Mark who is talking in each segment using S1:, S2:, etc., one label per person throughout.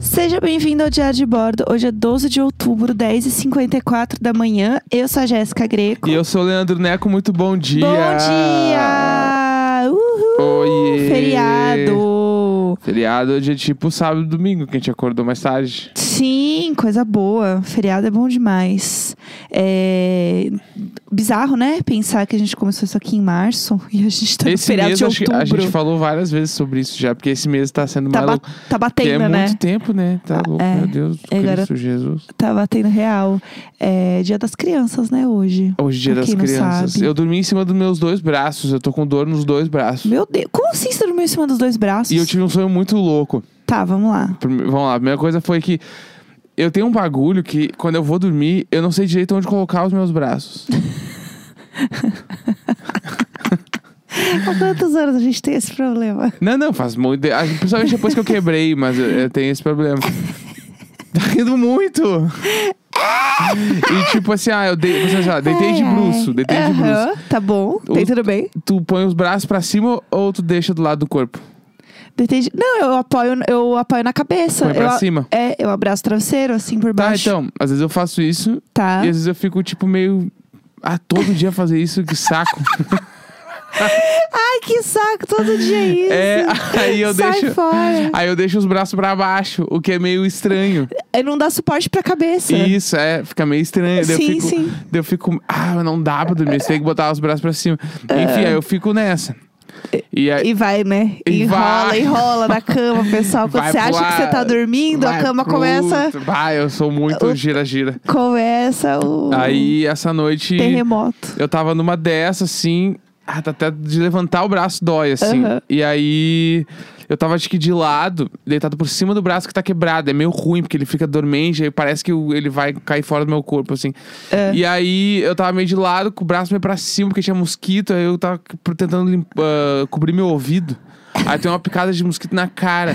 S1: Seja bem-vindo ao Diário de Bordo. Hoje é 12 de outubro, 10h54 da manhã. Eu sou a Jéssica Greco.
S2: E eu sou o Leandro Neco, muito bom dia!
S1: Bom dia! Uhul!
S2: Oiê!
S1: Feriado!
S2: Feriado hoje é tipo sábado e domingo, que a gente acordou mais tarde.
S1: Sim, coisa boa. Feriado é bom demais. É bizarro, né? Pensar que a gente começou isso aqui em março e a gente tá no
S2: esse
S1: feriado
S2: mês
S1: de
S2: acho que
S1: outubro.
S2: a gente falou várias vezes sobre isso já, porque esse mês tá sendo
S1: tá,
S2: maluco.
S1: ba- tá
S2: Porque é
S1: batendo, né?
S2: muito tempo, né? Tá louco,
S1: é.
S2: meu Deus.
S1: E agora-
S2: Cristo Jesus.
S1: Tá batendo real. É dia das crianças, né? Hoje.
S2: Hoje, é dia
S1: Pra
S2: das
S1: quem não
S2: crianças.
S1: sabe.
S2: Eu dormi em cima dos meus dois braços. Eu tô com dor nos dois braços.
S1: Meu Deus, como assim você dormiu em cima dos dois braços?
S2: E eu tive um sonho muito louco.
S1: Tá, vamos lá.
S2: Prime- Vamos lá, a primeira coisa foi que eu tenho um bagulho que quando eu vou dormir, eu não sei direito onde colocar os meus braços.
S1: Há quantos anos a gente tem esse problema?
S2: não, não, faz muito. ah, Principalmente depois que eu quebrei, mas eu, eu tenho esse problema. Tá rindo muito! e tipo assim, ah, eu dei, você sabe, deitei de
S1: Ai,
S2: bruxo,
S1: ai.
S2: deitei de
S1: É. Aham,
S2: bruxo.
S1: Tá bom, tem
S2: Os-
S1: tudo bem.
S2: Tu põe os braços pra cima ou tu deixa do lado do corpo?
S1: Deitei de... Não, eu apoio, eu apoio na cabeça.
S2: Põe pra
S1: eu, a-
S2: cima.
S1: É, eu abraço o travesseiro, assim, por
S2: Tá,
S1: baixo.
S2: então, às vezes eu faço isso
S1: Tá.
S2: e às vezes eu fico tipo meio. Ah, todo dia fazer isso, que saco.
S1: Ai, que saco, todo dia é isso.
S2: É, aí eu
S1: Sai
S2: deixo.
S1: fora.
S2: Aí eu deixo os braços pra baixo, o que é meio estranho.
S1: É, Não dá suporte pra cabeça.
S2: Isso, é, fica meio estranho. Daí
S1: Sim,
S2: eu fico,
S1: sim.
S2: Daí eu fico, ah, não dá pra dormir, você tem que botar os braços pra cima. Enfim, aí eu fico nessa. E aí,
S1: É. E vai, né?
S2: E
S1: enrola,
S2: vai.
S1: enrola na cama, pessoal. Quando
S2: Vai
S1: você
S2: pro
S1: acha que
S2: ar,
S1: você tá dormindo, a
S2: vai
S1: cama
S2: pro
S1: começa.
S2: outro. Vai, eu sou muito
S1: O-
S2: gira-gira.
S1: Começa o
S2: Aí, essa noite,
S1: terremoto.
S2: eu tava numa dessa, assim, ah, tá até de levantar o braço dói, assim.
S1: Aham.
S2: E aí, eu tava, acho que de lado, deitado por cima do braço que tá quebrado. É meio ruim, porque ele fica dormente, aí parece que o- ele vai cair fora do meu corpo, assim.
S1: É.
S2: E aí, eu tava meio de lado, com o braço meio pra cima, porque tinha mosquito. Aí eu tava c- tentando lim- ah, cobrir meu ouvido. Aí tem uma picada de mosquito na cara.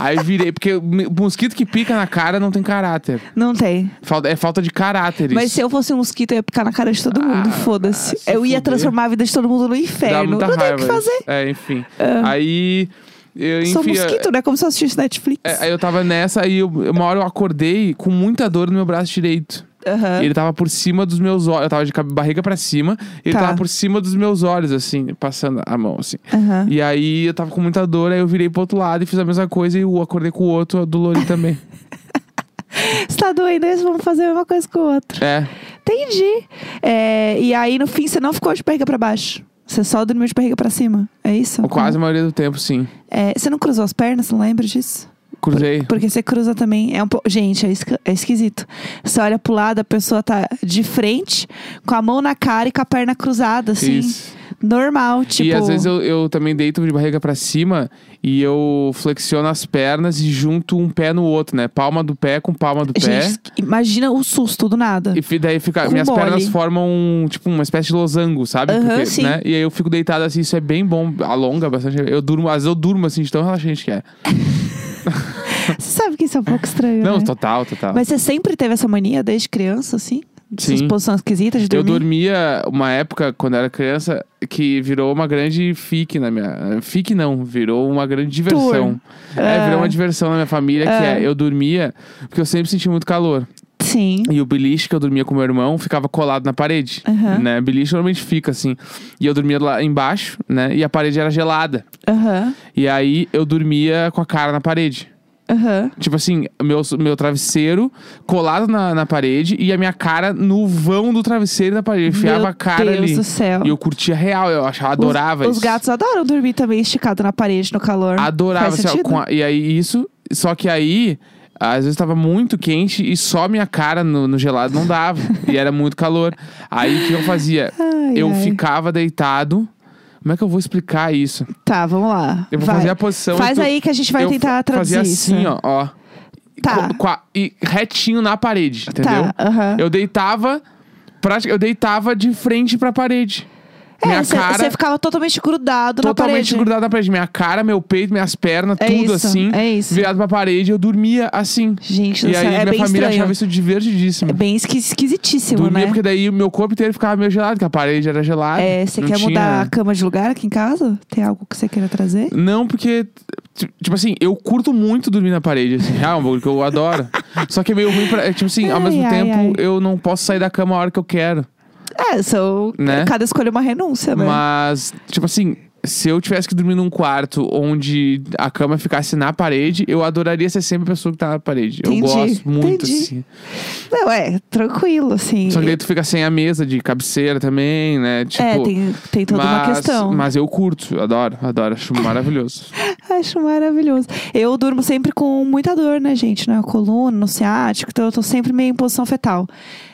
S2: Aí virei, porque o mosquito que pica na cara não tem caráter.
S1: Não tem.
S2: Falta, é falta de caráter
S1: Mas
S2: isso.
S1: se eu fosse um mosquito, eu ia picar na cara de todo mundo.
S2: Ah,
S1: Foda-se.
S2: se
S1: Eu ia
S2: fuder.
S1: transformar a vida de todo mundo no
S2: Dá
S1: inferno.
S2: muita
S1: Não tem o
S2: raiva.
S1: que fazer. Ah.
S2: isso. É, enfim. Aí. Eu, enfim,
S1: Sou
S2: eu-
S1: mosquito, né? Como se eu assistisse Netflix.
S2: é, aí eu tava nessa, aí eu, uma hora eu acordei com muita dor no meu braço direito.
S1: Aham.
S2: E ele tava por cima dos meus olhos. Eu tava de cabe- barriga pra cima. Ele
S1: Tá. Ah.
S2: tava por cima dos meus olhos, assim, passando a mão, assim.
S1: Aham.
S2: E aí eu tava com muita dor, aí eu virei pro outro lado e fiz a mesma coisa e eu acordei com o outro, dolorido também.
S1: Se tá doendo esse, vamos fazer a mesma coisa com o outro.
S2: é.
S1: Entendi. É, e aí, no fim, você não ficou de barriga pra baixo. Você só dormiu de barriga pra cima. É isso?
S2: Quase a maioria do tempo, sim.
S1: É, você não cruzou as pernas, não lembra disso?
S2: Cruzei.
S1: Porque você cruza também. É um pouco. Gente, é, esqui- é esquisito. Você olha pro lado, a pessoa tá de frente, com a mão na cara e com a perna cruzada, assim.
S2: Isso.
S1: Normal, tipo.
S2: E às vezes eu, eu também deito de barriga pra cima e eu flexiono as pernas e junto um pé no outro, né? Palma do pé com palma do pé.
S1: Gente, imagina o susto do nada.
S2: E fi- daí fica.
S1: com
S2: minhas
S1: mole.
S2: pernas formam um, tipo uma espécie de losango, sabe?
S1: Aham,
S2: Porque,
S1: sim.
S2: né? E aí eu fico deitado assim, isso é bem bom, alonga bastante. Eu durmo, às vezes eu durmo assim, de tão relaxante que é.
S1: Você sabe que isso é um pouco estranho.
S2: Não,
S1: né?
S2: total, total.
S1: Mas você sempre teve essa mania desde criança, assim? Essas
S2: Sim.
S1: posições esquisitas de
S2: Eu
S1: dormir?
S2: dormia uma época, quando era criança, que virou uma grande fique na minha. Fique não, virou uma grande diversão. É,
S1: Ah.
S2: virou uma diversão na minha família, que
S1: Ah.
S2: é eu dormia, porque eu sempre senti muito calor.
S1: Sim.
S2: E o beliche que eu dormia com meu irmão ficava colado na parede.
S1: Aham.
S2: Né? Beliche normalmente fica assim. E eu dormia lá embaixo, né? E a parede era gelada.
S1: Aham.
S2: E aí eu dormia com a cara na parede.
S1: Aham.
S2: Tipo assim, meu, meu travesseiro colado na, na parede e a minha cara no vão do travesseiro da parede. Eu enfiava
S1: Meu
S2: a cara
S1: Deus
S2: ali.
S1: do céu.
S2: E eu curtia real, eu achava,
S1: Os-
S2: adorava
S1: os,
S2: isso.
S1: gatos adoram dormir também esticado na parede no calor.
S2: Adorava.
S1: Faz
S2: assim, ó,
S1: sentido? né?
S2: com a- e aí isso, só que aí... Às vezes tava muito quente e só minha cara no, no gelado não dava. e era muito calor. Aí o que eu fazia?
S1: Ai,
S2: eu
S1: ai.
S2: ficava deitado. Como é que eu vou explicar isso?
S1: Tá, vamos lá.
S2: Eu vou
S1: Vai.
S2: fazer a posição. e
S1: Faz
S2: tu-
S1: aí que a gente vai
S2: eu
S1: tentar
S2: fa-
S1: traduzir
S2: Fazia
S1: isso.
S2: assim, ó. ó.
S1: Tá.
S2: Co- com a- e retinho na parede, entendeu?
S1: Tá, aham.
S2: Eu deitava. Prática, eu deitava de frente pra parede.
S1: É,
S2: minha
S1: você
S2: cara
S1: ficava totalmente grudado na
S2: totalmente
S1: parede.
S2: grudada na parede. Minha cara, meu peito, minhas pernas,
S1: É
S2: tudo
S1: isso,
S2: assim.
S1: é isso.
S2: Virado pra parede, eu dormia assim.
S1: Gente, do
S2: E aí
S1: céu, é
S2: minha
S1: bem
S2: família
S1: estranho.
S2: achava isso divertidíssimo.
S1: É bem esqui- esquisitíssimo,
S2: dormia
S1: né?
S2: porque daí o meu corpo inteiro ficava meio gelado, porque a parede era gelada.
S1: É, você
S2: Não
S1: quer
S2: tinha-
S1: mudar a cama de lugar aqui em casa? Tem algo que você queira trazer?
S2: Não, porque ti- Tipo assim, eu curto muito dormir na parede, assim. Ah, é um bagulho que eu adoro. Só que é meio ruim pra. é, Tipo assim, ao
S1: Ai,
S2: mesmo
S1: ai,
S2: tempo,
S1: ai.
S2: eu não posso sair da cama a hora que eu quero.
S1: É, são,
S2: Né?
S1: cada escolha é uma renúncia, né?
S2: Mas, tipo assim, se eu tivesse que dormir num quarto onde a cama ficasse na parede, eu adoraria ser sempre a pessoa que tá na parede.
S1: Entendi,
S2: Eu gosto muito,
S1: entendi.
S2: assim.
S1: Não, é, tranquilo, assim.
S2: Só que daí tu fica sem a mesa de cabeceira também, né? Tipo,
S1: é, tem, tem toda
S2: mas,
S1: uma questão.
S2: Mas eu curto, eu adoro, adoro, acho maravilhoso.
S1: Acho maravilhoso. Eu durmo sempre com muita dor, né, gente? Na coluna, no ciático. Então eu tô sempre meio em posição fetal.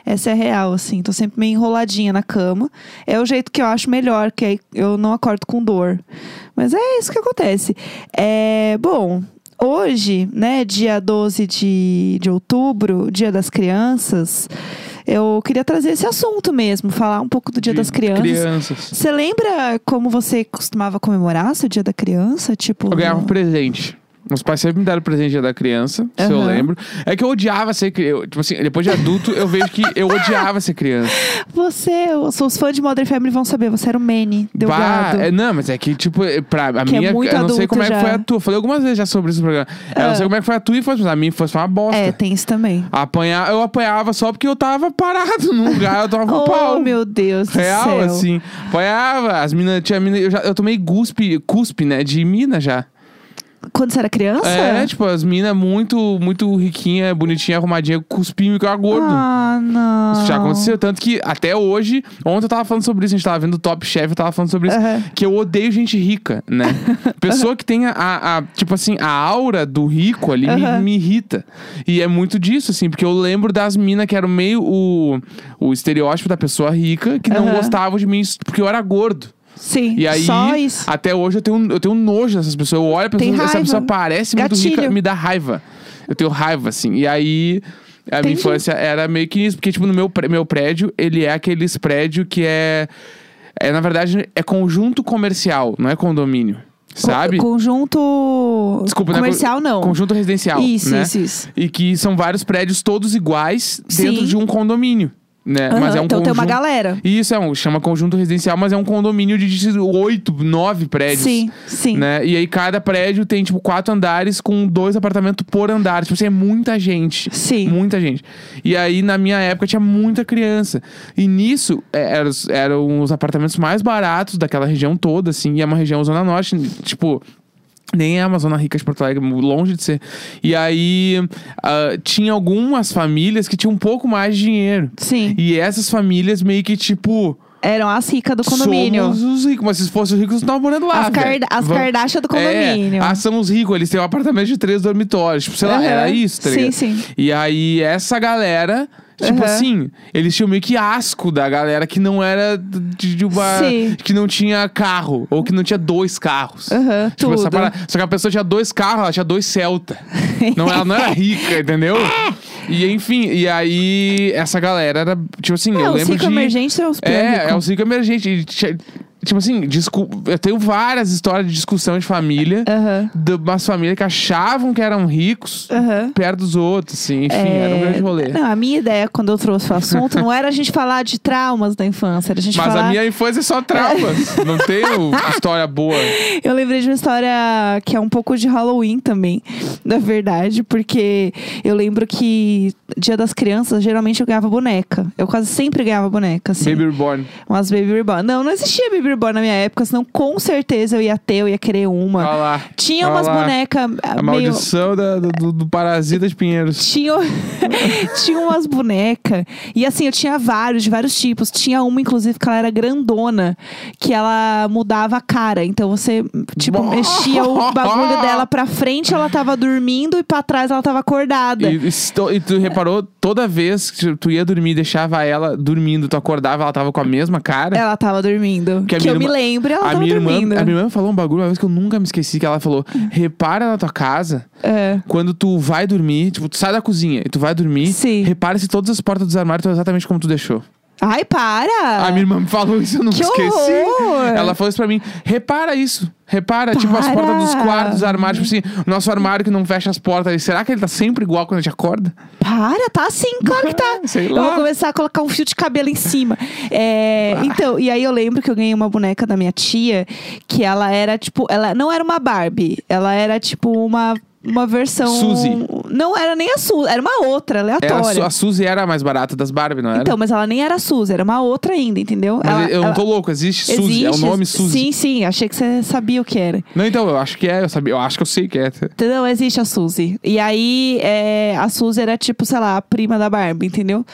S1: Essa é a real, assim. Tô sempre meio enroladinha na cama. É o jeito que eu acho melhor, que aí eu não acordo com dor. Mas é isso que acontece. É, bom, hoje, né, dia 12 de, de outubro, dia das crianças. Eu queria trazer esse assunto mesmo, falar um pouco do Dia
S2: De
S1: das Crianças.
S2: Crianças.
S1: Você lembra como você costumava comemorar seu dia da criança? Tipo.
S2: Eu ganhava um
S1: no-
S2: presente. Meus pais sempre me deram presente dia da criança, se eu
S1: Aham.
S2: lembro. É que eu odiava ser criança. Tipo assim, depois de adulto, eu vejo que eu odiava ser criança.
S1: Ah, Você, os os fãs de Modern Family vão saber, você era o Manny, deu
S2: Bah,
S1: gado.
S2: é, não, mas é que, tipo, é, pra, a
S1: Que é
S2: minha.
S1: muito
S2: eu não sei
S1: adulto
S2: como é
S1: já.
S2: que foi a tua. Eu Falei algumas vezes já sobre isso no programa. Eu não sei como é que foi a tua infância, mas a minha infância foi uma bosta.
S1: É, tem isso também.
S2: Apanhar, eu apanhava só porque eu tava parado num lugar, eu tomava um
S1: Oh,
S2: pau.
S1: meu Deus do
S2: Real,
S1: céu.
S2: assim. Apanhava, as minas. Tinha mina, eu, já, eu tomei cuspe, cuspe, né? De mina já.
S1: Quando você era criança?
S2: É, tipo, as minas muito, muito riquinha, bonitinha, arrumadinha, cuspindo que eu era gordo.
S1: Ah, não.
S2: Isso já aconteceu. Tanto que até hoje, ontem eu tava falando sobre isso, a gente tava vendo o Top Chef, eu tava falando sobre isso.
S1: Aham.
S2: Que eu odeio gente rica, né? Pessoa que tem a, a- a, tipo assim, a aura do rico ali me-
S1: Aham.
S2: me, irrita. E é muito disso, assim, porque eu lembro das minas que eram meio o, o estereótipo da pessoa rica que não
S1: Aham.
S2: gostavam de mim porque eu era gordo.
S1: Sim,
S2: E aí,
S1: só isso.
S2: até hoje eu tenho, eu tenho nojo dessas pessoas. Eu olho a
S1: Tem
S2: pessoa, essa
S1: raiva.
S2: pessoa parece muito
S1: Gatilho.
S2: rica, me dá raiva. Eu tenho raiva, assim. E aí, a minha
S1: Entendi.
S2: infância era meio que isso. Porque, tipo, no meu, pré- meu prédio, ele é aqueles prédio que é... É, na verdade, é conjunto comercial, não é condomínio.
S1: Co-
S2: ah, Sabe?
S1: Conjunto
S2: Desculpa, né?
S1: comercial, não.
S2: Conjunto residencial,
S1: Isso,
S2: né?
S1: isso, isso.
S2: E que são vários prédios todos iguais dentro
S1: Sim.
S2: de um condomínio, né? Mas
S1: Aham,
S2: é um
S1: então tem uma
S2: conjunto-
S1: galera.
S2: isso, é um, chama conjunto residencial, mas é um condomínio de de oito, nove prédios.
S1: Sim, sim.
S2: Né? E aí cada prédio tem, tipo, quatro andares com dois apartamentos por andar. Tipo assim, é muita gente.
S1: Sim.
S2: Muita gente. E aí, na minha época, tinha muita criança. E nisso, é, eram, os- eram os apartamentos mais baratos daquela região toda, assim. E é uma região zona norte, tipo... Nem é uma zona rica de Porto Alegre, longe de ser. E aí, ah, tinha algumas famílias que tinham um pouco mais de dinheiro.
S1: Sim.
S2: E essas famílias meio que, tipo...
S1: Eram as ricas do condomínio.
S2: Somos os ricos, mas se fossem os ricos, não estavam morando lá.
S1: As,
S2: velho.
S1: Karda- as
S2: Vamos-
S1: Kardashian do
S2: É,
S1: condomínio.
S2: ah, são os ricos, eles têm um apartamento de três dormitórios. Tipo, sei lá,
S1: Aham.
S2: era isso, tá
S1: Sim,
S2: ligado?
S1: sim.
S2: E aí, essa galera, tipo
S1: Aham.
S2: assim, eles tinham meio que asco da galera que não era de, de uma.
S1: Sim.
S2: que não tinha carro, ou que não tinha dois carros.
S1: Aham,
S2: Tipo, essa
S1: tudo.
S2: parada- Só que a pessoa tinha dois carros, ela tinha dois Celta. não, é assim, ela não era rica, entendeu? E enfim, e aí, essa galera era, tipo assim,
S1: É,
S2: eu
S1: os
S2: lembro
S1: ricos
S2: de.
S1: emergentes são os pior
S2: É,
S1: rico.
S2: é o ciclo emergente. E ti- Tipo assim, discu- eu tenho várias histórias de discussão de família.
S1: Aham.
S2: De umas famílias que achavam que eram ricos
S1: Aham.
S2: perto dos outros, assim. Enfim, era um grande rolê.
S1: É. Não, a minha ideia quando eu trouxe o assunto não era a gente falar de traumas da infância, era a gente
S2: Mas
S1: falar. É.
S2: a minha infância é só traumas. Não tenho história boa.
S1: Eu lembrei de uma história que é um pouco de Halloween também, na verdade, porque eu lembro que Dia das Crianças, geralmente eu ganhava boneca. Eu quase sempre ganhava boneca, assim.
S2: Baby Reborn.
S1: Umas Baby Reborn. Não, não existia Baby Reborn na minha época, senão com certeza eu ia ter, eu ia querer uma.
S2: Olha lá.
S1: Tinha
S2: olha
S1: umas
S2: Ah, lá.
S1: bonecas
S2: A
S1: meio.
S2: maldição da- do, do- do parasita de Pinheiros.
S1: Tinha, um- tinha umas bonecas. E assim, eu tinha vários, de vários tipos. Tinha uma, inclusive, que ela era grandona, que ela mudava a cara. Então você, tipo,
S2: Bom.
S1: mexia o bagulho dela pra frente, ela tava dormindo e pra trás ela tava acordada.
S2: E, e se to- e tu reparou, toda vez que tu ia dormir, deixava ela dormindo, tu acordava, ela tava com a mesma cara.
S1: Ela tava dormindo.
S2: Que
S1: Que,
S2: a
S1: eu
S2: minha
S1: me
S2: irmã-
S1: lembro, ela
S2: a
S1: tava
S2: minha, irmã,
S1: dormindo.
S2: a minha irmã falou um bagulho uma vez que eu nunca me esqueci, que ela falou: repara na tua casa,
S1: É.
S2: quando tu vai dormir, tipo, tu sai da cozinha e tu vai dormir,
S1: Sim.
S2: repara se todas as portas dos armários estão exatamente como tu deixou.
S1: Ai, para!
S2: A minha irmã me falou isso, eu não
S1: Ah. Que
S2: esqueci.
S1: horror!
S2: Ela falou isso pra mim. Repara isso. Repara, tipo, as
S1: Para!
S2: portas dos quartos, os armários. Tipo assim, o nosso armário que não fecha as portas. Será que ele tá sempre igual quando a gente acorda?
S1: Para, tá sim, claro que tá.
S2: Ah, Sei
S1: Eu vou
S2: lá.
S1: começar a colocar um fio de cabelo em cima. É, então, e aí eu lembro que eu ganhei uma boneca da minha tia, que ela era tipo, ela não era uma Barbie, ela era tipo uma uma versão
S2: Suzy.
S1: Não era nem a Suzy, era uma outra,
S2: Era É, a,
S1: aleatória.
S2: Su- a Suzy era a mais barata das Barbie, não era?
S1: Então, mas ela nem era a Suzy, era uma outra ainda, entendeu?
S2: Mas
S1: ela,
S2: eu
S1: ela-
S2: não tô louco, existe Suzy. É o
S1: Existe?
S2: nome Suzy.
S1: Sim, sim, achei que você sabia o que era.
S2: Não, então, eu acho que é, eu sabia, eu acho que eu sei que é.
S1: Não existe a Suzy. E aí, é, a Suzy era tipo, sei lá, a prima da Barbie, entendeu?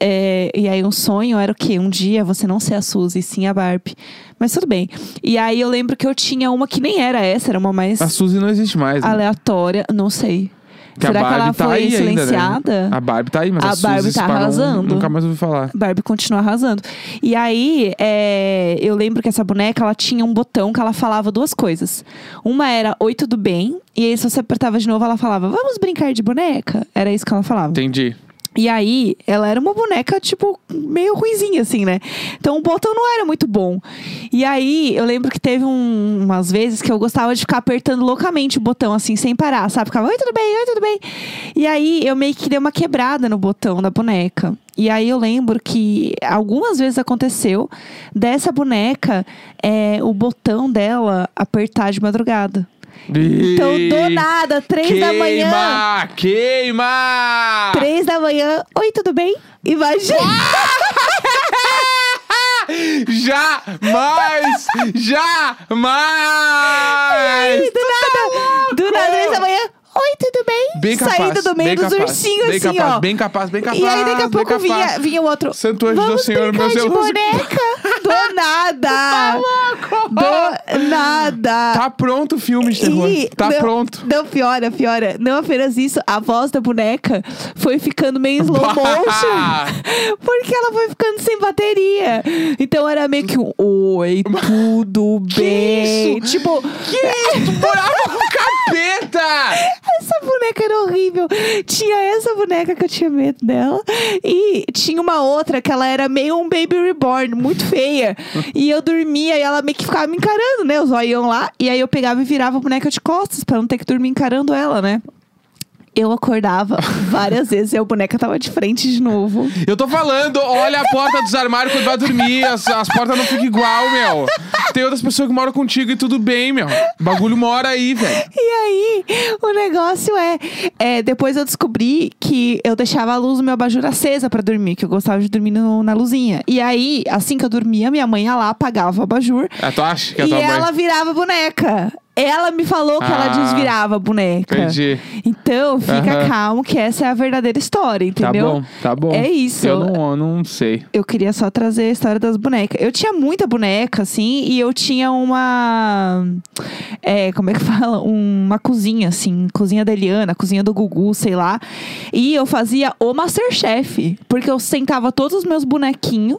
S1: É, e aí, um sonho era o quê? Um dia você não ser a Suzy, sim a Barbie. Mas tudo bem. E aí, eu lembro que eu tinha uma que nem era essa, era uma mais
S2: A Suzy não existe mais, né?
S1: aleatória, não sei.
S2: Porque
S1: Será
S2: a
S1: que
S2: Barbie
S1: ela
S2: tá
S1: foi
S2: aí
S1: silenciada?
S2: ainda, né? A Barbie tá aí, mas
S1: A
S2: a,
S1: Barbie
S2: Suzy
S1: tá
S2: Sparrow,
S1: arrasando.
S2: Nunca mais ouvi falar.
S1: Barbie continua arrasando. E aí, é, eu lembro que essa boneca, ela tinha um botão que ela falava duas coisas. Uma era oi, tudo bem. E aí, se você apertava de novo, ela falava, vamos brincar de boneca? Era isso que ela falava.
S2: Entendi.
S1: E aí, ela era uma boneca, tipo, meio ruinzinha, assim, né? Então o botão não era muito bom. E aí, eu lembro que teve um- umas vezes que eu gostava de ficar apertando loucamente o botão, assim, sem parar, sabe? Ficava, oi, tudo bem, oi, tudo bem. E aí, eu meio que dei uma quebrada no botão da boneca. E aí, eu lembro que algumas vezes aconteceu dessa boneca, é, o botão dela apertar de madrugada. Então, do nada, três da manhã.
S2: Queima! Queima!
S1: Três da manhã, oi, tudo bem? Imagina!
S2: Jamais! Jamais!
S1: Ai,
S2: tá
S1: do nada, do nada, três da manhã. Oi, tudo bem?
S2: Bem capaz.
S1: Saindo do meio
S2: bem
S1: dos
S2: capaz,
S1: ursinhos,
S2: bem
S1: assim,
S2: capaz,
S1: ó.
S2: Bem capaz, bem capaz.
S1: e aí, daqui a
S2: bem
S1: pouco vinha,
S2: capaz.
S1: vinha o outro.
S2: Santo anjo do
S1: Vamos
S2: Senhor,
S1: brincar
S2: meu
S1: de
S2: Deus."
S1: boneca. Do nada. Do nada.
S2: Tá pronto o filme de terror.
S1: Ah, E
S2: tá
S1: não-
S2: pronto.
S1: Não, piora, piora. Não apenas isso, a voz da boneca foi ficando meio slow
S2: Bah!
S1: motion. Porque ela foi ficando sem bateria. Então era meio que um oi, tudo bem.
S2: isso?
S1: Tipo,
S2: Que isso? Tu morava com o capeta!
S1: essa boneca era horrível. Tinha essa boneca que eu tinha medo dela. E tinha uma outra que ela era meio um baby reborn, muito feia. E eu dormia e ela meio que ficava me encarando, né? Os olhão lá. E aí eu pegava e virava a boneca de costas pra não ter que dormir encarando ela, né? Eu acordava várias vezes e a boneca tava de frente de novo.
S2: Eu tô falando, olha a porta dos armários quando vai dormir, as, as portas não ficam igual, meu. Tem outras pessoas que moram contigo e tudo bem, meu. O bagulho mora aí, velho.
S1: E aí, o negócio é, é, Depois eu descobri que eu deixava a luz do meu abajur acesa pra dormir, que eu gostava de dormir no- na luzinha. E aí, assim que eu dormia, minha mãe ia lá, apagava o abajur
S2: Ah, tu acha que é
S1: e
S2: tua mãe?
S1: ela virava boneca. Ela me falou que ela
S2: Ah,
S1: desvirava a boneca.
S2: entendi.
S1: Então, fica
S2: Aham.
S1: calmo que essa é a verdadeira história,
S2: Tá
S1: entendeu?
S2: bom, tá bom.
S1: É isso.
S2: Eu não, eu não sei.
S1: Eu queria só trazer a história das bonecas. Eu tinha muita boneca, assim, e eu tinha uma. é, como é que fala? Uma cozinha, assim. Cozinha da Eliana, cozinha do Gugu, sei lá. E eu fazia o Masterchef. Porque eu sentava todos os meus bonequinhos,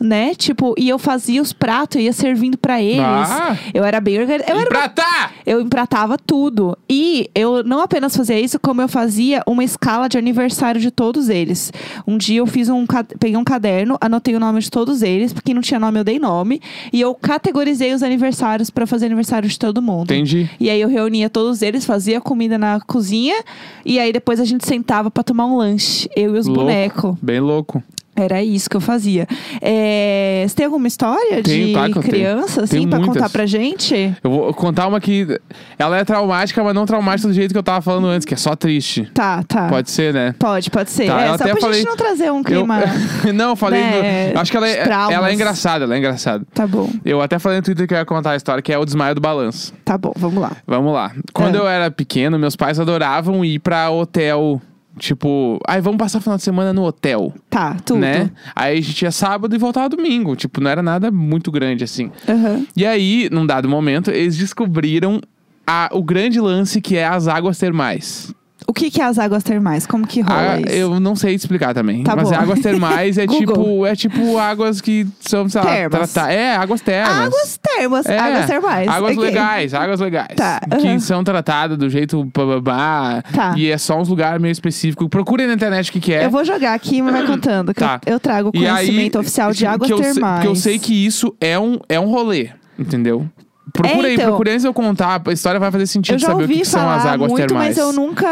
S1: né? Tipo, e eu fazia os pratos, eu ia servindo pra eles.
S2: Ah!
S1: Eu era bem organizada. Eu era
S2: Pra tá!
S1: eu empratava tudo. E eu não apenas fazia isso, como eu fazia uma escala de aniversário de todos eles. Um dia eu fiz um ca- peguei um caderno, anotei o nome de todos eles, porque não tinha nome eu dei nome, e eu categorizei os aniversários pra fazer aniversário de todo mundo.
S2: Entendi.
S1: E aí eu reunia todos eles, fazia comida na cozinha, e aí depois a gente sentava pra tomar um lanche, eu e os
S2: Louco.
S1: bonecos.
S2: Bem louco.
S1: Era isso que eu fazia. É, Você tem alguma história
S2: Tenho,
S1: de
S2: claro que eu tenho.
S1: criança, assim,
S2: Tenho
S1: pra contar
S2: muitas.
S1: pra gente?
S2: Eu vou contar uma que. Ela é traumática, mas não traumática do jeito que eu tava falando antes, que é só triste.
S1: Tá, tá.
S2: Pode ser, né?
S1: Pode, pode ser.
S2: Tá,
S1: é,
S2: eu
S1: só
S2: até
S1: pra
S2: falei-
S1: gente não trazer um clima.
S2: Eu... não, eu falei.
S1: Né,
S2: no- Acho que ela é,
S1: traumas.
S2: ela é engraçada, ela é engraçada.
S1: Tá bom,
S2: Eu até falei no Twitter que eu ia contar a história, que é o desmaio do balanço.
S1: tá bom, vamos lá.
S2: Vamos lá. Quando
S1: Ah.
S2: eu era pequeno, meus pais adoravam ir pra hotel. Tipo, ai, vamos passar o final de semana no hotel,
S1: Tá, tudo.
S2: né? Aí a gente ia sábado e voltava domingo. Tipo, não era nada muito grande assim.
S1: Aham.
S2: E aí, num dado momento, eles descobriram a- o grande lance que é as águas termais.
S1: O que, que é as águas termais? Como que rola
S2: Ah,
S1: isso?
S2: eu não sei te explicar também.
S1: Tá
S2: mas
S1: bom.
S2: águas termais é
S1: Google.
S2: tipo, é tipo águas que são, sei lá,
S1: Termas.
S2: tratar- É, águas termas.
S1: Águas termas,
S2: É,
S1: águas termais.
S2: Águas
S1: Ok.
S2: legais, águas legais.
S1: Tá, aham.
S2: Que são tratadas do jeito bababá.
S1: Tá.
S2: E é só uns lugares meio específicos. Procurem na internet o que, que é.
S1: Eu vou jogar aqui, mas vai contando. Que
S2: Tá.
S1: eu, eu trago o
S2: E aí,
S1: conhecimento oficial de
S2: que
S1: águas
S2: eu sei-
S1: termais.
S2: que eu sei que isso é um, é um rolê, entendeu?
S1: É,
S2: Procura aí,
S1: então.
S2: procura antes de eu contar. A história vai fazer sentido
S1: Eu já
S2: saber o que,
S1: ouvi
S2: que são
S1: falar
S2: as águas
S1: muito,
S2: termais.
S1: mas eu nunca,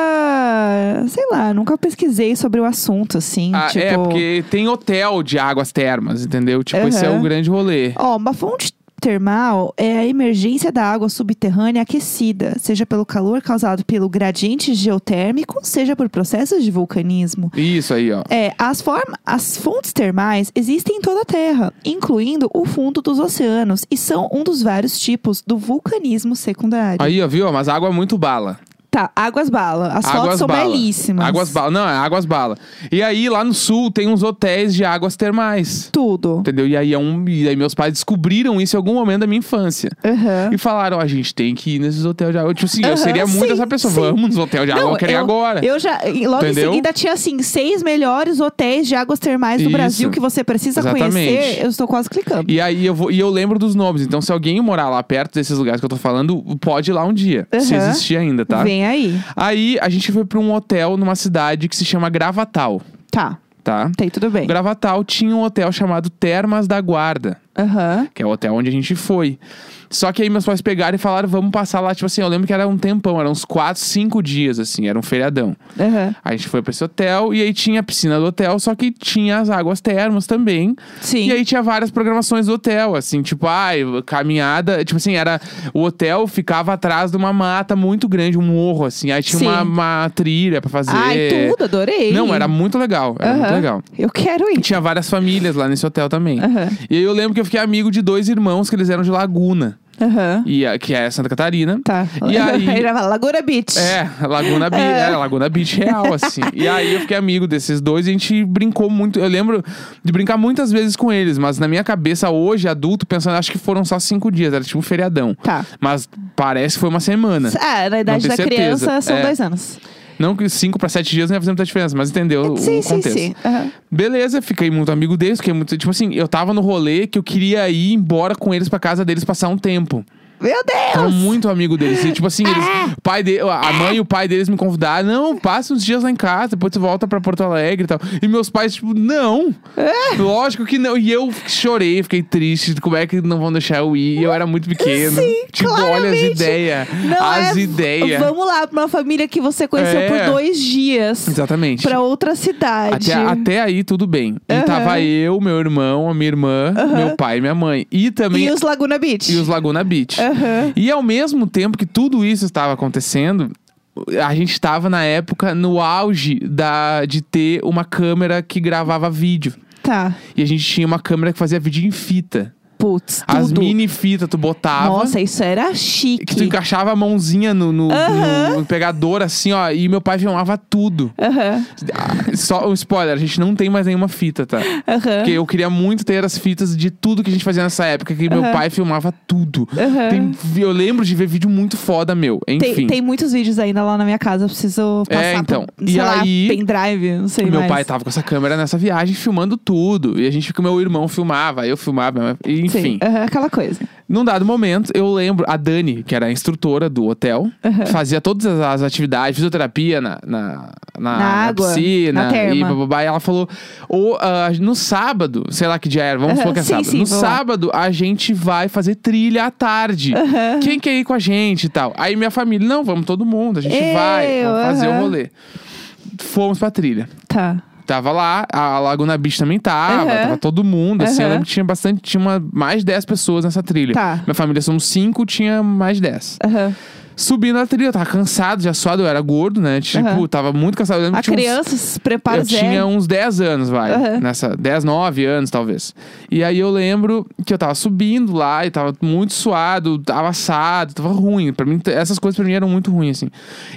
S1: sei lá, nunca pesquisei sobre o assunto, assim.
S2: Ah,
S1: tipo,
S2: É, porque tem hotel de águas termas, entendeu? Tipo, esse é
S1: Aham.
S2: o grande rolê.
S1: Ó, uma fonte termal é a emergência da água subterrânea aquecida, seja pelo calor causado pelo gradiente geotérmico, seja por processos de vulcanismo.
S2: Isso aí, ó.
S1: É, as, forma, as fontes termais existem em toda a Terra, incluindo o fundo dos oceanos, e são um dos vários tipos do vulcanismo secundário.
S2: Aí, ó, viu? Mas água é muito bala.
S1: Tá, águas bala. As fotos
S2: águas
S1: são
S2: bala.
S1: belíssimas.
S2: Águas bala. Não, é águas bala. E aí, lá no sul, tem uns hotéis de águas termais.
S1: Tudo.
S2: Entendeu? E aí, é um, e aí meus pais descobriram isso em algum momento da minha infância.
S1: Aham.
S2: E falaram, ó, a gente tem que ir nesses hotéis de água. Tipo assim,
S1: Aham,
S2: eu seria muito
S1: sim,
S2: essa pessoa.
S1: sim.
S2: "Ah, Vamos nos hotéis de água, eu quero ir agora.
S1: Eu já, e logo em
S2: Entendeu?
S1: seguida tinha assim, seis melhores hotéis de águas termais do
S2: Isso.
S1: Brasil que você precisa
S2: Exatamente.
S1: conhecer. Eu estou quase clicando.
S2: E aí eu vou, e eu lembro dos nomes. Então, se alguém morar lá perto desses lugares que eu tô falando, pode ir lá um dia. Se
S1: Aham.
S2: existir ainda, tá?
S1: Vem aí.
S2: Aí a gente foi pra um hotel numa cidade que se chama Gravatal,
S1: Tá,
S2: tá?
S1: tem tudo bem.
S2: Gravatal tinha um hotel chamado Termas da Guarda,
S1: Aham.
S2: que é o hotel onde a gente foi. Só que aí meus pais pegaram e falaram, vamos passar lá. Tipo assim, eu lembro que era um tempão, eram uns 4, 5 dias, assim, era um feriadão.
S1: Aham.
S2: A gente foi pra esse hotel e aí tinha a piscina do hotel, só que tinha as águas termas também.
S1: Sim.
S2: E aí tinha várias programações do hotel, assim, tipo, ai, caminhada. Tipo assim, era. O hotel ficava atrás de uma mata muito grande, um morro, assim. Aí tinha
S1: Sim.
S2: uma, uma trilha pra fazer.
S1: Ai, tudo, adorei.
S2: Não, era muito legal. Era muito
S1: Aham.
S2: legal.
S1: Eu quero
S2: E
S1: ir.
S2: tinha várias famílias lá nesse hotel também.
S1: Aham.
S2: E aí eu lembro que eu fiquei amigo de dois irmãos que eles eram de Laguna,
S1: Aham.
S2: e, a- que é Santa Catarina.
S1: Tá.
S2: E aí-
S1: já fala, Laguna Beach.
S2: É, Laguna Beach, é. Laguna Beach real, assim. e aí eu fiquei amigo desses dois e a gente brincou muito. Eu lembro de brincar muitas vezes com eles, mas na minha cabeça hoje, adulto, pensando, acho que foram só cinco dias, era tipo um feriadão.
S1: Tá.
S2: Mas parece que foi uma semana.
S1: Ah, na idade da
S2: Né? tenho certeza.
S1: criança são
S2: É.
S1: dois anos.
S2: Não que cinco pra sete dias não ia fazer muita diferença, mas entendeu
S1: É, sim,
S2: o
S1: sim,
S2: contexto.
S1: sim. Aham.
S2: Beleza, fiquei muito amigo deles, fiquei muito. Tipo assim, eu tava no rolê que eu queria ir embora com eles pra casa deles passar um tempo.
S1: Meu
S2: Tava
S1: Deus! É.
S2: muito amigo deles. E, tipo assim, eles, o pai de, a mãe e o pai deles me convidaram. Não, passa uns dias lá em casa, depois tu volta pra Porto Alegre e tal. E meus pais, tipo, não.
S1: É.
S2: Lógico que não. E eu chorei, fiquei triste. Como é que não vão deixar eu ir? E Eu era muito pequeno.
S1: Sim,
S2: tipo, olha as
S1: claramente.
S2: ideias.
S1: Não
S2: As
S1: é-
S2: ideias.
S1: Vamos lá, pra uma família que você conheceu
S2: É.
S1: por dois dias.
S2: Exatamente.
S1: Pra outra cidade.
S2: Até, até aí, tudo bem. E
S1: Aham.
S2: tava eu, meu irmão, a minha irmã, meu pai e minha mãe. E também
S1: E os Laguna Beach.
S2: e os Laguna Beach.
S1: Aham.
S2: E ao mesmo tempo que tudo isso estava acontecendo, a gente estava na época no auge da, de ter uma câmera que gravava vídeo.
S1: Tá.
S2: E a gente tinha uma câmera que fazia vídeo em fita.
S1: Putz, tudo.
S2: As mini fitas tu botava.
S1: Nossa, isso era
S2: Que tu
S1: chique.
S2: encaixava a mãozinha no, no,
S1: Aham.
S2: no pegador, assim, ó. E meu pai filmava tudo.
S1: Aham,
S2: Ah, Só um spoiler, a gente não tem mais nenhuma fita, tá?
S1: aham.
S2: Porque eu queria muito ter as fitas de tudo que a gente fazia nessa época, que meu pai filmava tudo.
S1: Aham.
S2: Tem vi- eu lembro de ver vídeo muito foda meu. Enfim.
S1: Tem, tem muitos vídeos ainda lá na minha casa. Eu preciso
S2: É,
S1: passar
S2: então.
S1: pro,
S2: E
S1: sei lá,
S2: aí-
S1: pendrive, não sei
S2: Meu
S1: mais.
S2: pai tá- tava com essa câmera nessa viagem filmando tudo. E a gente, que meu irmão filmava, eu filmava, minha mãe-
S1: Sim,
S2: enfim.
S1: aham, aquela coisa.
S2: Num dado momento, eu lembro, a Dani, que era a instrutora do hotel, fazia todas as- as atividades, fisioterapia na, na, na,
S1: Na água,
S2: piscina
S1: na terma.
S2: e bababá. E ela falou: "Ô, ah, no sábado, sei lá que dia era, vamos
S1: Aham,
S2: supor que é
S1: sim,
S2: sábado.
S1: sim,
S2: no
S1: vou lá.
S2: sábado, a gente vai fazer trilha à tarde. Quem quer ir com a gente e tal? Aí minha família, não, vamos todo mundo, a gente
S1: Eu,
S2: vai vamos fazer o
S1: aham.
S2: rolê. Fomos pra trilha.
S1: Tá.
S2: Tava lá, a Laguna Beach também tava,
S1: Aham.
S2: tava todo mundo, assim, eu
S1: Aham.
S2: lembro que tinha bastante, tinha uma, mais de 10 pessoas nessa trilha.
S1: Tá.
S2: Minha família somos 5, tinha mais 10.
S1: Aham.
S2: Subindo a trilha, eu tava cansado, já suado, eu era gordo, né, tipo,
S1: Aham.
S2: tava muito cansado. Eu lembro
S1: A
S2: que Então, tinha uns-
S1: criança se prepara
S2: eu
S1: zero.
S2: tinha uns 10 anos, vai.
S1: Aham.
S2: Nessa, 10, 9 anos, talvez. E aí eu lembro que eu tava subindo lá e tava muito suado, tava assado, tava ruim. Pra mim, t- essas coisas pra mim eram muito ruins, assim.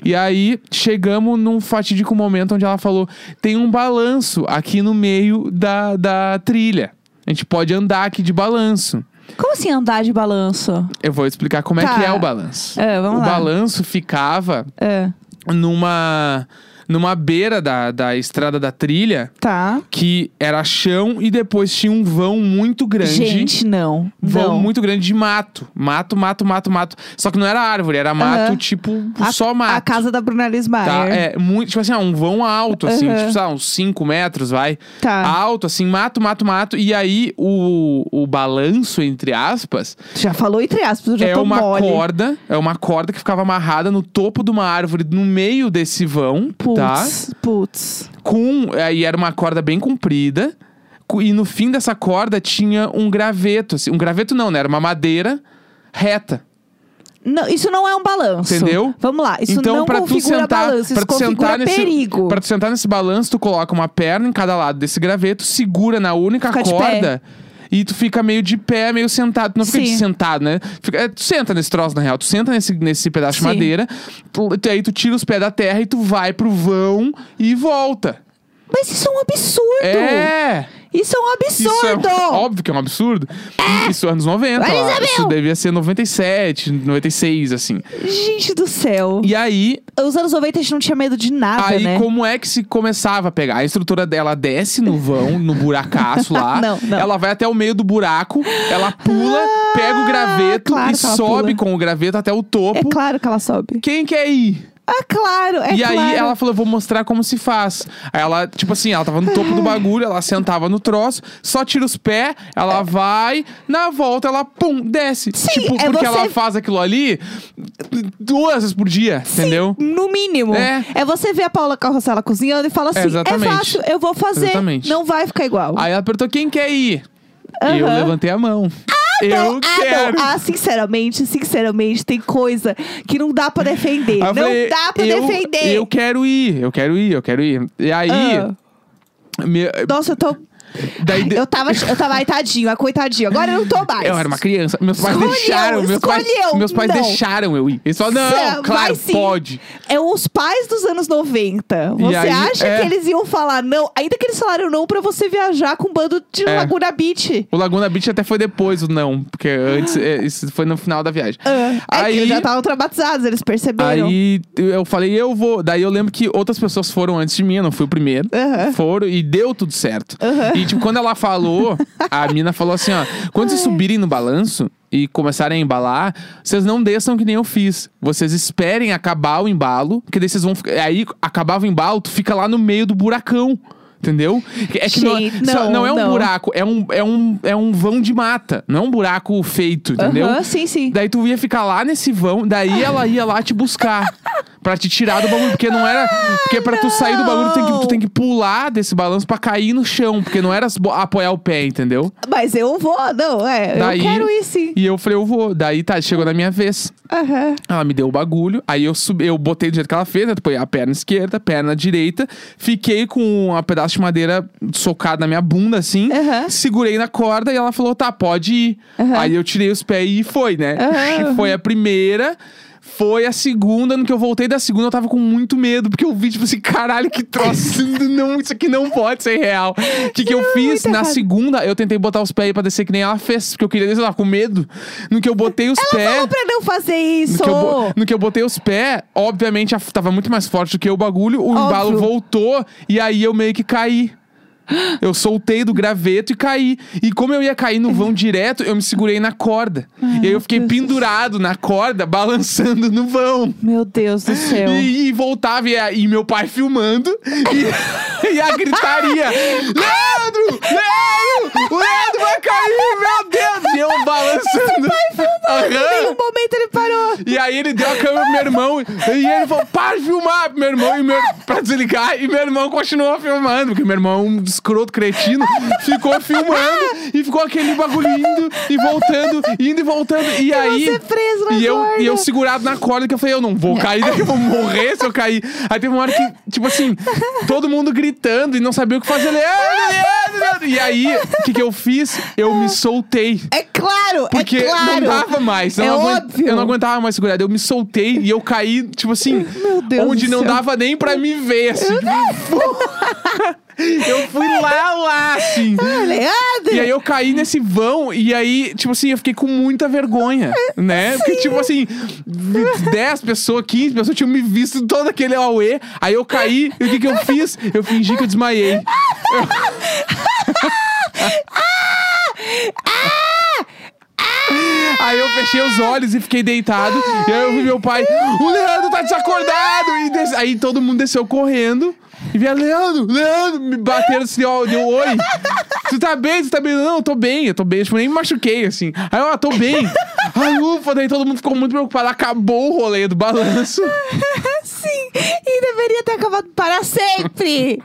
S2: E aí chegamos num fatídico momento onde ela falou: tem um balanço aqui no meio da, da trilha. A gente pode andar aqui de balanço.
S1: Como assim andar de balanço?
S2: Eu vou explicar como
S1: Tá.
S2: é que é o balanço.
S1: É, vamos
S2: o
S1: lá.
S2: balanço ficava
S1: É.
S2: numa. numa beira da, da estrada da trilha.
S1: Tá.
S2: Que era chão e depois tinha um vão muito grande.
S1: Gente, não.
S2: Vão
S1: não.
S2: muito grande de mato. Mato, mato, mato, mato. Só que não era árvore, era mato,
S1: Aham.
S2: tipo,
S1: A-
S2: só mato.
S1: A casa da Bruna Lismayer.
S2: Tá, é, muito, tipo assim, ah, um vão alto, assim,
S1: Aham.
S2: tipo, sei lá, uns 5 metros, vai.
S1: Tá.
S2: Alto, assim, mato, mato, mato. E aí, o, o balanço, entre aspas,
S1: Já falou entre aspas, eu já
S2: é
S1: tô
S2: uma
S1: mole.
S2: corda, é uma corda que ficava amarrada no topo de uma árvore, no meio desse vão, tá?
S1: Putz, putz.
S2: Com, aí era uma corda bem comprida. cu- E no fim dessa corda tinha um graveto, assim, um graveto não, né? Era uma madeira reta.
S1: Não, isso não é um balanço.
S2: Entendeu?
S1: Vamos lá, isso
S2: então,
S1: não
S2: pra tu
S1: configura
S2: sentar,
S1: balanço,
S2: pra
S1: isso
S2: tu sentar
S1: configura
S2: nesse,
S1: perigo.
S2: pra tu sentar nesse balanço, tu coloca uma perna em cada lado desse graveto, segura na única
S1: Fica de
S2: corda e tu fica meio de pé, meio sentado. Tu não fica
S1: Sim.
S2: de sentado, né? Fica- é, tu senta nesse troço, na real. Tu senta nesse, nesse
S1: Sim.
S2: pedaço de madeira, tu, tu- aí tu tira os pés da terra e tu vai pro vão e volta.
S1: Mas isso é um absurdo!
S2: É!
S1: Isso é um
S2: Isso é,
S1: absurdo!
S2: óbvio que é um absurdo. Isso é anos 90.
S1: Olha,
S2: lá.
S1: Isabel!
S2: Isso devia ser 97, 96, assim.
S1: Gente do céu.
S2: E aí,
S1: Os anos 90 a gente não tinha medo de nada,
S2: Aí
S1: né?
S2: como é que se começava a pegar? A estrutura dela desce no vão, no buracaço lá.
S1: Não, não.
S2: Ela vai até o meio do buraco, ela pula,
S1: Ah,
S2: pega o graveto
S1: claro
S2: e
S1: que ela
S2: sobe
S1: pula.
S2: com o graveto até o topo.
S1: É claro que ela sobe.
S2: Quem quer ir?
S1: Ah, claro, é
S2: e
S1: claro.
S2: aí ela falou, vou mostrar como se faz. Aí ela, tipo assim, ela tava no topo do bagulho, ela sentava no troço, só tira os pés, ela vai, na volta ela, pum, desce.
S1: É. Sim,
S2: tipo,
S1: é
S2: porque
S1: você-
S2: ela faz aquilo ali duas vezes por dia, entendeu?
S1: No mínimo.
S2: É.
S1: você ver a Paula Carrossela cozinhando e fala assim:
S2: Exatamente.
S1: é fácil, eu vou fazer.
S2: Exatamente.
S1: Não vai ficar igual.
S2: Aí ela perguntou quem quer ir. Eu
S1: Aham.
S2: levantei a mão. eu
S1: Não, ah,
S2: quero.
S1: não. Ah, sinceramente, sinceramente, tem coisa que não dá pra defender.
S2: Aí eu
S1: não
S2: Ah, falei,
S1: dá pra
S2: eu-
S1: defender.
S2: Eu quero ir, eu quero ir, eu quero ir. E aí.
S1: Ah.
S2: me-
S1: Nossa, eu tô.
S2: daí de-
S1: Eu tava, eu tava aí, tadinho, ah, coitadinho. Agora eu não tô mais.
S2: É, Eu era uma criança. Meus pais
S1: Escolheu,
S2: deixaram. Meus pais,
S1: escolheu.
S2: meus pais
S1: Não.
S2: deixaram eu ir. Eles falaram,
S1: Cê-
S2: não, claro,
S1: vai sim.
S2: pode.
S1: É os pais dos anos 90.
S2: E
S1: Você
S2: aí,
S1: acha
S2: é.
S1: que eles iam falar não? Ainda que eles falaram não pra você viajar com um bando de
S2: É.
S1: Laguna Beach.
S2: O Laguna Beach até foi depois, o não. Porque antes, é, isso foi no final da viagem.
S1: Ah, é que eles já estavam traumatizados, eles perceberam.
S2: Aí eu falei, eu vou. Daí eu lembro que outras pessoas foram antes de mim, eu não fui o primeiro.
S1: Aham.
S2: Foram e deu tudo certo. E tipo, quando ela falou, a mina falou assim: ó, quando vocês subirem no balanço e começarem a embalar, vocês não desçam que nem eu fiz. Vocês esperem acabar o embalo, que daí vocês vão. ficar- Aí acabava o embalo, tu fica lá no meio do buracão. Entendeu? É que
S1: Gente,
S2: não, só-
S1: não,
S2: é um
S1: não.
S2: buraco, é um, é, um, é um vão de mata. Não é um buraco feito, entendeu?
S1: Aham, sim, sim.
S2: Daí tu ia ficar lá nesse vão, daí ela ia lá te buscar. Pra te tirar do bagulho, porque não era. Porque pra tu sair do bagulho, tu tem, que, tu tem que pular desse balanço pra cair no chão. Porque não era bo- apoiar o pé, entendeu?
S1: Mas eu vou, não, é.
S2: Daí-
S1: Eu quero ir sim.
S2: E eu falei, eu vou. Daí tá, chegou na minha vez.
S1: Aham.
S2: Ela me deu o bagulho, aí eu subi, eu botei do jeito que ela fez, né? Põe a perna esquerda, perna direita, fiquei com um pedaço de madeira socado na minha bunda, assim,
S1: Aham.
S2: segurei na corda e ela falou: tá, pode ir. Aí eu tirei os pés e foi, né?
S1: Aham.
S2: Foi a primeira. Foi a segunda, no que eu voltei da segunda, eu tava com muito medo, porque eu vi, tipo assim, caralho, que troço, não, isso aqui não pode ser real. O que, que eu
S1: Não,
S2: fiz?
S1: muito
S2: Na
S1: errado.
S2: segunda, eu tentei botar os pés aí pra descer que nem ela fez, porque eu queria descer, eu tava com medo. No que eu botei os pés.
S1: Falou pra não fazer isso.
S2: É? No que, eu, bo- no que eu botei os pés, obviamente a f- tava muito mais forte do que o bagulho, o embalo voltou e aí eu meio que caí. Eu soltei do graveto e caí. E como eu ia cair no vão direto, eu me segurei na corda. e aí eu fiquei pendurado na corda, balançando no vão.
S1: Meu Deus do céu.
S2: E, e voltava, e, a- e meu pai filmando, e, e a gritaria: Leandro! Leandro! O Leandro vai cair, meu Deus! E eu balançando.
S1: Em
S2: Aham.
S1: um momento ele parou.
S2: E aí ele deu a câmera pro meu irmão e ele falou: para de filmar pro meu irmão e meu, pra desligar. E meu irmão continuou filmando, porque meu irmão, um escroto cretino, ficou filmando e ficou aquele bagulho indo e voltando, indo e voltando. E, aí.
S1: você preso na
S2: e, eu,
S1: corda.
S2: e eu segurado na corda que eu falei, eu não vou cair, daqui eu vou morrer se eu cair. Aí teve uma hora que, tipo assim, todo mundo gritando e não sabia o que fazer. Leandro, Leandro, entendendo? E aí, o que, que eu fiz? Eu me soltei.
S3: É claro,
S2: Porque
S3: é claro.
S2: não dava mais. Não
S3: É
S2: aguent-
S3: óbvio.
S2: Eu não aguentava mais segurar. Eu me soltei e eu caí, tipo assim,
S1: Meu Deus
S2: onde
S1: do
S2: não
S1: céu.
S2: dava nem pra me ver. Assim, Tipo, eu fui lá, lá, assim.
S3: Leandro!
S2: E aí eu caí nesse vão e aí, tipo assim, eu fiquei com muita vergonha, né? Porque, tipo assim, 10 pessoas, 15 pessoas tinham me visto em todo aquele auê. Aí eu caí e o que que eu fiz? Eu fingi que eu desmaiei. Aí eu fechei os olhos e fiquei deitado. E aí eu vi meu pai, o Leandro tá desacordado! E des- Aí todo mundo desceu correndo. E via, Leandro, Leandro, me bateram assim, ó, deu oi. Tu tá bem, tu tá bem? Não, eu tô bem, eu tô bem. Tipo, nem me machuquei, assim. Aí eu, ah, tô bem. Ai, ufa, daí todo mundo ficou muito preocupado. Acabou o rolê do balanço.
S3: Sim, e deveria ter acabado para sempre.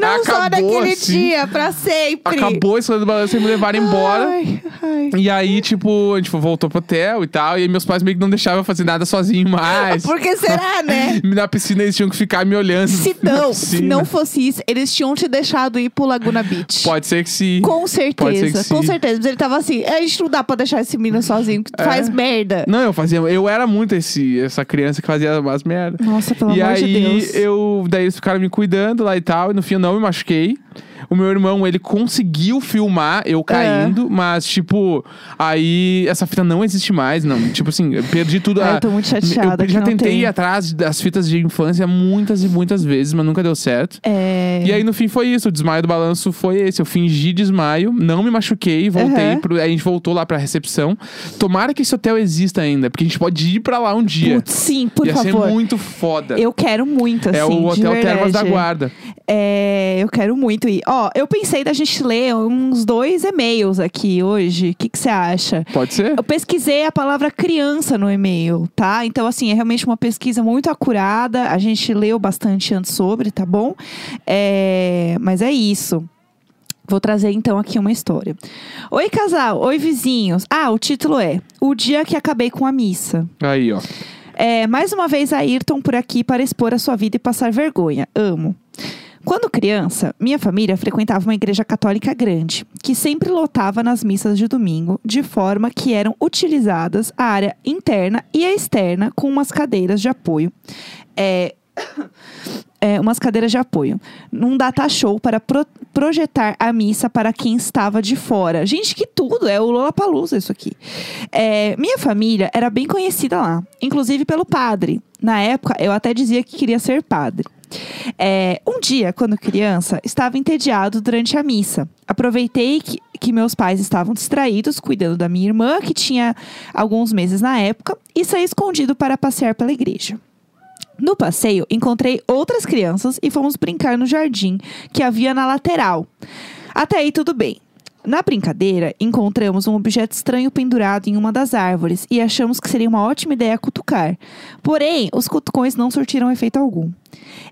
S3: Não só
S2: Acabou,
S3: naquele
S2: assim.
S3: dia, para sempre.
S2: Acabou esse rolê do balanço e me levaram embora.
S3: Ai, ai.
S2: E aí, tipo, a gente voltou pro hotel e tal. E aí meus pais meio que não deixavam eu fazer nada sozinho mais.
S3: Porque será, né?
S2: Na piscina eles tinham que ficar me olhando.
S3: Se
S2: na
S3: não, se
S2: piscina.
S3: não fosse isso, eles tinham te deixado ir pro Laguna Beach.
S2: Pode ser que se.
S3: Com certeza,
S2: que
S3: com
S2: sim. É.
S3: certeza. Mas ele tava assim, a gente não dá pra deixar esse menino sozinho, que faz merda.
S2: Não, eu fazia. Eu era muito esse, essa criança que fazia umas merdas.
S1: Nossa, pelo
S2: e
S1: amor
S2: aí,
S1: de Deus.
S2: eu. Daí eles ficaram me cuidando lá e tal. E no fim eu não me machuquei. O meu irmão, ele conseguiu filmar
S1: É.
S2: eu caindo, mas, tipo, aí essa fita não existe mais, não. Tipo assim, eu perdi tudo.
S1: Ai,
S2: a-
S1: É, eu tô muito
S2: eu
S1: chateada que
S2: já
S1: não
S2: tentei
S1: tem.
S2: ir atrás das fitas de infância muitas e muitas vezes, mas nunca deu certo.
S1: É.
S2: E aí, no fim, foi isso. O desmaio do balanço foi esse. Eu fingi desmaio, não me machuquei, voltei.
S1: Aham.
S2: Pro... Aí a gente voltou lá pra recepção. Tomara que esse hotel exista ainda, porque a gente pode ir pra lá um dia.
S1: Putz, sim, por
S2: Ia
S1: favor.
S2: ser muito foda.
S1: Eu quero muito, assim,
S2: é o
S1: de
S2: Hotel Termas da
S1: verdade.
S2: Guarda.
S1: É, eu quero muito ir. Ó, eu pensei da gente ler uns dois e-mails aqui hoje. O que que você acha?
S2: Pode ser?
S1: Eu pesquisei a palavra criança no e-mail, tá? Então, assim, é realmente uma pesquisa muito acurada. A gente leu bastante antes sobre, tá bom? É, Mas é isso. Vou trazer então aqui uma história. Oi, casal. Oi, vizinhos. Ah, o título é O Dia que Acabei com a Missa.
S2: Aí, ó.
S1: É, mais uma vez, Ayrton por aqui para expor a sua vida e passar vergonha. Amo. Quando criança, minha família frequentava uma igreja católica grande, que sempre lotava nas missas de domingo, de forma que eram utilizadas a área interna e a externa com umas cadeiras de apoio. É, é, umas cadeiras de apoio. Num data show para pro- projetar a missa para quem estava de fora. Gente, que tudo! É o Lollapalooza isso aqui. É, minha família era bem conhecida lá, inclusive pelo padre. Na época, eu até dizia que queria ser padre. É, um dia, quando criança, estava entediado durante a missa. Aproveitei que, que meus pais estavam distraídos, cuidando da minha irmã, que tinha alguns meses na época, e saí escondido para passear pela igreja. No passeio, encontrei outras crianças e fomos brincar no jardim que havia na lateral. Até aí, tudo bem. Na brincadeira, encontramos um objeto estranho pendurado em uma das árvores e achamos que seria uma ótima ideia cutucar. Porém, os cutucões não surtiram efeito algum.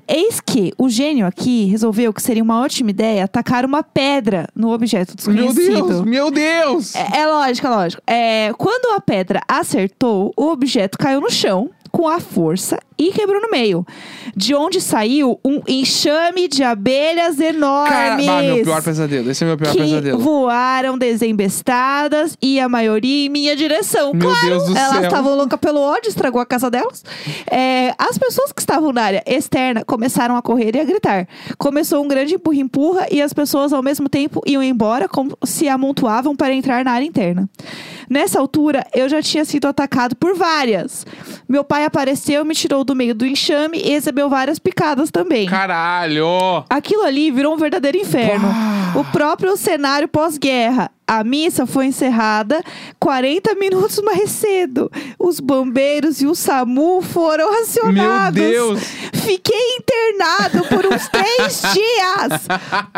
S1: Eis que o gênio aqui resolveu que seria uma ótima ideia atacar uma pedra no objeto
S2: Meu
S1: desconhecido.
S2: Deus! Meu Deus!
S1: É, é lógico, é lógico. É, quando a pedra acertou, o objeto caiu no chão com a força e quebrou no meio. De onde saiu um enxame de abelhas
S2: Cara,
S1: enormes.
S2: bah, meu pior pesadelo. Esse é meu pior
S1: que
S2: pesadelo.
S1: voaram desembestadas e a maioria em minha direção.
S2: Meu
S1: claro,
S2: Deus do
S1: elas
S2: céu.
S1: estavam loucas pelo ódio, estragou a casa delas. É, as pessoas que estavam na área externa começaram a correr e a gritar. Começou um grande empurra-empurra e as pessoas ao mesmo tempo iam embora, como se amontoavam para entrar na área interna. Nessa altura, eu já tinha sido atacado por várias. Meu pai apareceu, me tirou do meio do enxame e recebeu várias picadas também.
S2: Caralho!
S1: Aquilo ali virou um verdadeiro inferno. O próprio cenário pós-guerra. A missa foi encerrada 40 minutos mais cedo. Os bombeiros e o SAMU foram acionados.
S2: Meu Deus!
S1: Fiquei internado por uns três dias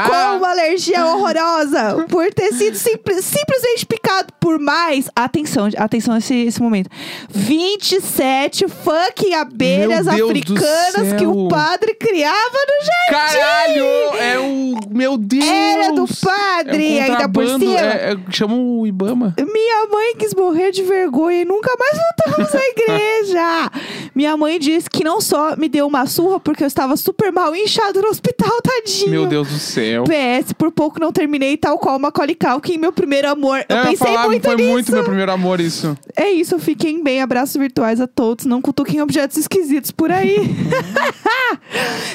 S1: com uma alergia horrorosa por ter sido simpli- simplesmente picado por mais. Atenção, atenção a esse, esse momento. 27 fucking abelhas
S2: Meu Deus do
S1: africanas que o
S2: céu!
S1: padre criava no jardim.
S2: Caralho! É o. Meu Deus!
S1: Era do padre,
S2: é um
S1: ainda por
S2: contrabando,
S1: cima.
S2: É, é- chama o Ibama.
S1: Minha mãe quis morrer de vergonha e nunca mais voltamos à igreja. Minha mãe disse que não só me deu uma surra, porque eu estava super mal inchado no hospital, tadinho.
S2: Meu Deus do céu.
S1: PS, por pouco não terminei tal qual Macaulay Culkin, meu primeiro amor. Eu
S2: É,
S1: pensei
S2: falava,
S1: muito
S2: foi
S1: nisso.
S2: muito meu primeiro amor isso.
S1: É isso, fiquem bem. Abraços virtuais a todos. Não cutuquem objetos esquisitos por aí.
S2: Uhum.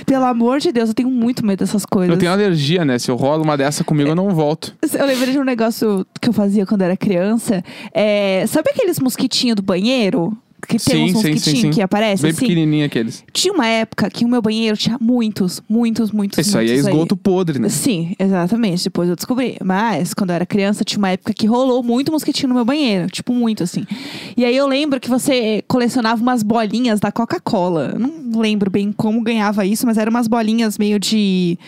S1: Pelo amor de Deus, eu tenho muito medo dessas coisas.
S2: Eu tenho alergia, né? Se eu rolo uma dessa comigo, eu não volto.
S1: Eu lembrei de um negócio que eu fazia quando era criança. É, Sabe aqueles mosquitinhos do banheiro? Que tem
S2: Sim,
S1: uns
S2: sim, sim,
S1: mosquitinhos
S2: sim.
S1: que aparecem
S2: Bem
S1: assim?
S2: pequenininho aqueles.
S1: Tinha uma época que o meu banheiro tinha muitos, muitos, muitos.
S2: Isso aí é
S1: muitos
S2: esgoto podre, né?
S1: Sim, exatamente. Depois eu descobri. Mas, quando eu era criança, tinha uma época que rolou muito mosquitinho no meu banheiro. Tipo, muito, assim. E aí eu lembro que você colecionava umas bolinhas da Coca-Cola. Eu Não lembro bem como ganhava isso, mas eram umas bolinhas meio de.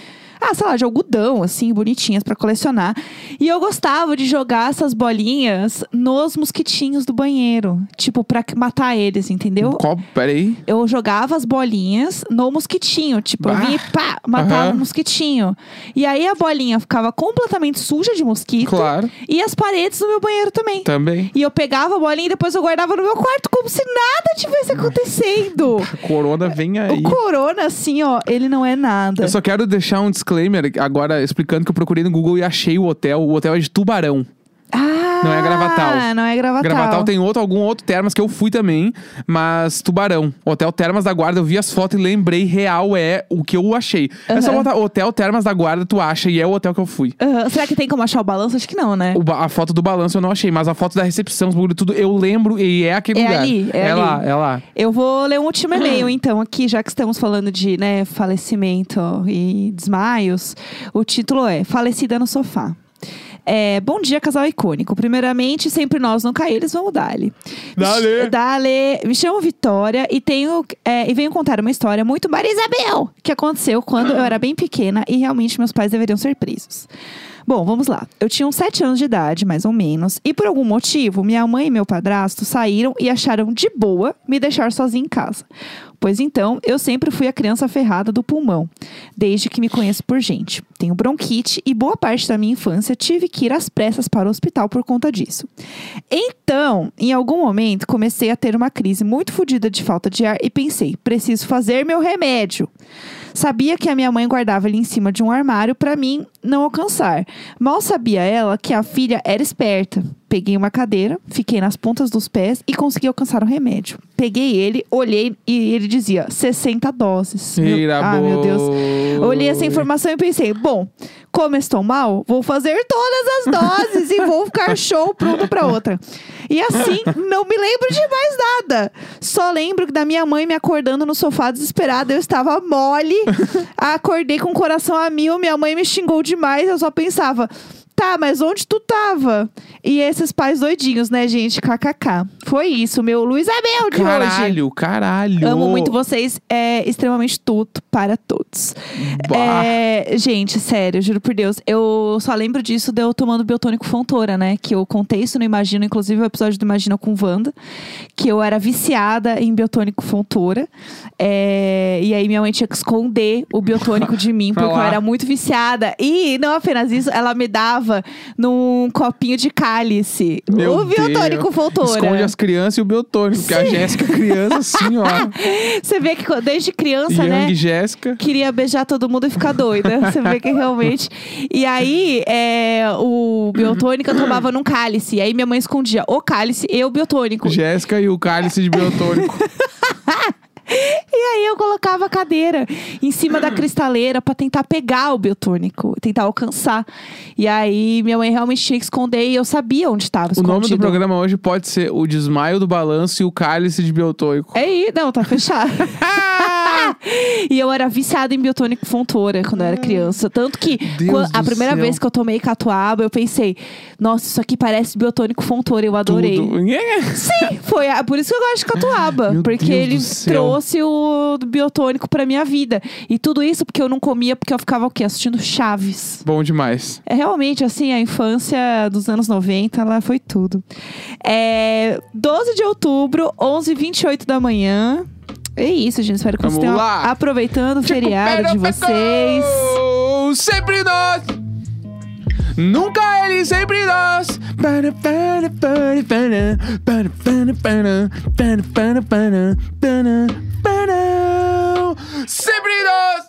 S1: Ah, sei lá, de algodão, assim, bonitinhas pra colecionar. E eu gostava de jogar essas bolinhas nos mosquitinhos do banheiro. Tipo, pra matar eles, entendeu?
S2: Qual? Um Peraí.
S1: Eu jogava as bolinhas no mosquitinho. Tipo, eu
S2: Bah!
S1: vinha e pá, matava
S2: Ah, Aham.
S1: o mosquitinho. E aí a bolinha ficava completamente suja de mosquito.
S2: Claro. Tá.
S1: E as paredes do meu banheiro também.
S2: Também.
S1: E eu pegava a bolinha e depois eu guardava no meu quarto, como se nada tivesse acontecendo.
S2: A corona vem Tá, aí.
S1: O corona, assim, ó, ele não é nada.
S2: Eu só quero deixar um disclaimer agora, explicando que eu procurei no Google e achei o hotel. O hotel é de Tubarão.
S1: Ah,
S2: Não é Gravatal.
S1: Não é gravatal.
S2: Gravatal tem outro, algum outro Termas que eu fui também, mas Tubarão. Hotel Termas da Guarda, eu vi as fotos e lembrei, real é o que eu achei. É só
S1: Aham.
S2: botar Hotel Termas da Guarda, tu acha, e é o hotel que eu fui.
S1: Aham. Será que tem como achar o balanço? Acho que não, né?
S2: O ba- a foto do balanço eu não achei, mas a foto da recepção, os bagulho tudo, eu lembro e é aquele
S1: É
S2: lugar.
S1: ali, é ali.
S2: lá, é lá.
S1: Eu vou ler um último e-mail, então, aqui, já que estamos falando de né, falecimento e desmaios. O título é Falecida no Sofá. É, bom dia, casal icônico. Primeiramente, sempre nós não cair, eles vamos dar-lhe.
S2: Dá-lhe.
S1: Dale, me chamo Vitória e tenho é, e venho contar uma história muito Marisabel que aconteceu quando eu era bem pequena e realmente meus pais deveriam ser presos. Bom, vamos lá. Eu tinha uns 7 anos de idade, mais ou menos, e por algum motivo, minha mãe e meu padrasto saíram e acharam de boa me deixar sozinha em casa. Pois então, eu sempre fui a criança ferrada do pulmão, desde que me conheço por gente. Tenho bronquite e boa parte da minha infância tive que ir às pressas para o hospital por conta disso. Então, em algum momento, comecei a ter uma crise muito fodida de falta de ar e pensei: preciso fazer meu remédio. Sabia que a minha mãe guardava ele em cima de um armário para mim não alcançar. Mal sabia ela que a filha era esperta. Peguei uma cadeira, fiquei nas pontas dos pés e consegui alcançar o remédio. Peguei ele, olhei e ele dizia 60 doses. Meu-
S2: Ira
S1: ah, meu Deus.
S2: boi.
S1: Olhei essa informação e pensei, bom, como eu estou mal, vou fazer todas as doses e vou ficar show pra uma pra outra. E assim, não me lembro de mais nada. Só lembro da minha mãe me acordando no sofá desesperada. Eu estava mole, acordei com o coração a mil, minha mãe me xingou demais, eu só pensava. Tá, mas onde tu tava? E esses pais doidinhos, né, gente? KKK. Foi isso, meu Luiz Abel de hoje.
S2: Caralho, caralho.
S1: Amo muito vocês. É extremamente tudo para todos.
S2: Bah.
S1: É, gente, sério, juro por Deus. Eu só lembro disso de eu tomando biotônico Fontoura, né? Que eu contei isso no Imagino, inclusive o episódio do Imagina com Wanda. Que eu era viciada em biotônico Fontoura. É, e aí minha mãe tinha que esconder o biotônico de mim, porque eu
S2: Olá.
S1: era muito viciada. E não apenas isso, ela me dava num copinho de cálice.
S2: Meu
S1: o biotônico
S2: Deus.
S1: Fontoura.
S2: Esconde as crianças e o biotônico, porque a Jéssica criança, assim, ó.
S1: Você vê que co- desde criança,
S2: Young
S1: né?
S2: Jéssica.
S1: Queria beijar todo mundo e ficar doida. Você vê que realmente. E aí, é, o biotônico eu tomava num cálice. E aí minha mãe escondia o cálice e o biotônico.
S2: Jéssica e o cálice de biotônico.
S1: E aí eu colocava a cadeira em cima da cristaleira pra tentar pegar o biotônico, tentar alcançar. E aí minha mãe realmente tinha que esconder e eu sabia onde estava
S2: o
S1: escondido.
S2: nome do programa hoje pode ser O Desmaio do Balanço e o Cálice de Biotônico.
S1: É aí, não, tá fechado. e eu era viciada em biotônico Fontoura quando eu era criança. Tanto que
S2: Hum. Deus
S1: quan- a
S2: do
S1: primeira
S2: céu.
S1: vez que eu tomei catuaba, eu pensei, nossa, isso aqui parece biotônico Fontoura, eu adorei.
S2: Tudo. É,
S1: Sim, foi a- por isso que eu gosto de catuaba.
S2: Meu
S1: porque
S2: Deus
S1: ele
S2: do céu.
S1: trouxe o biotônico pra minha vida. E tudo isso porque eu não comia, porque eu ficava o quê? Assistindo Chaves.
S2: Bom demais.
S1: É realmente assim, a infância dos anos 90, ela foi tudo. É, 12 de outubro, 11h28 da manhã. É isso, gente. Espero que vocês
S2: Vamos
S1: tenham
S2: lá. é
S1: aproveitando o feriado de vocês.
S2: Sempre nós! Nunca ele, sempre nós. Pana, pana, pana, pana. Pana, pana, pana. Pana, pana, pana. Pana, pana. Sempre nós.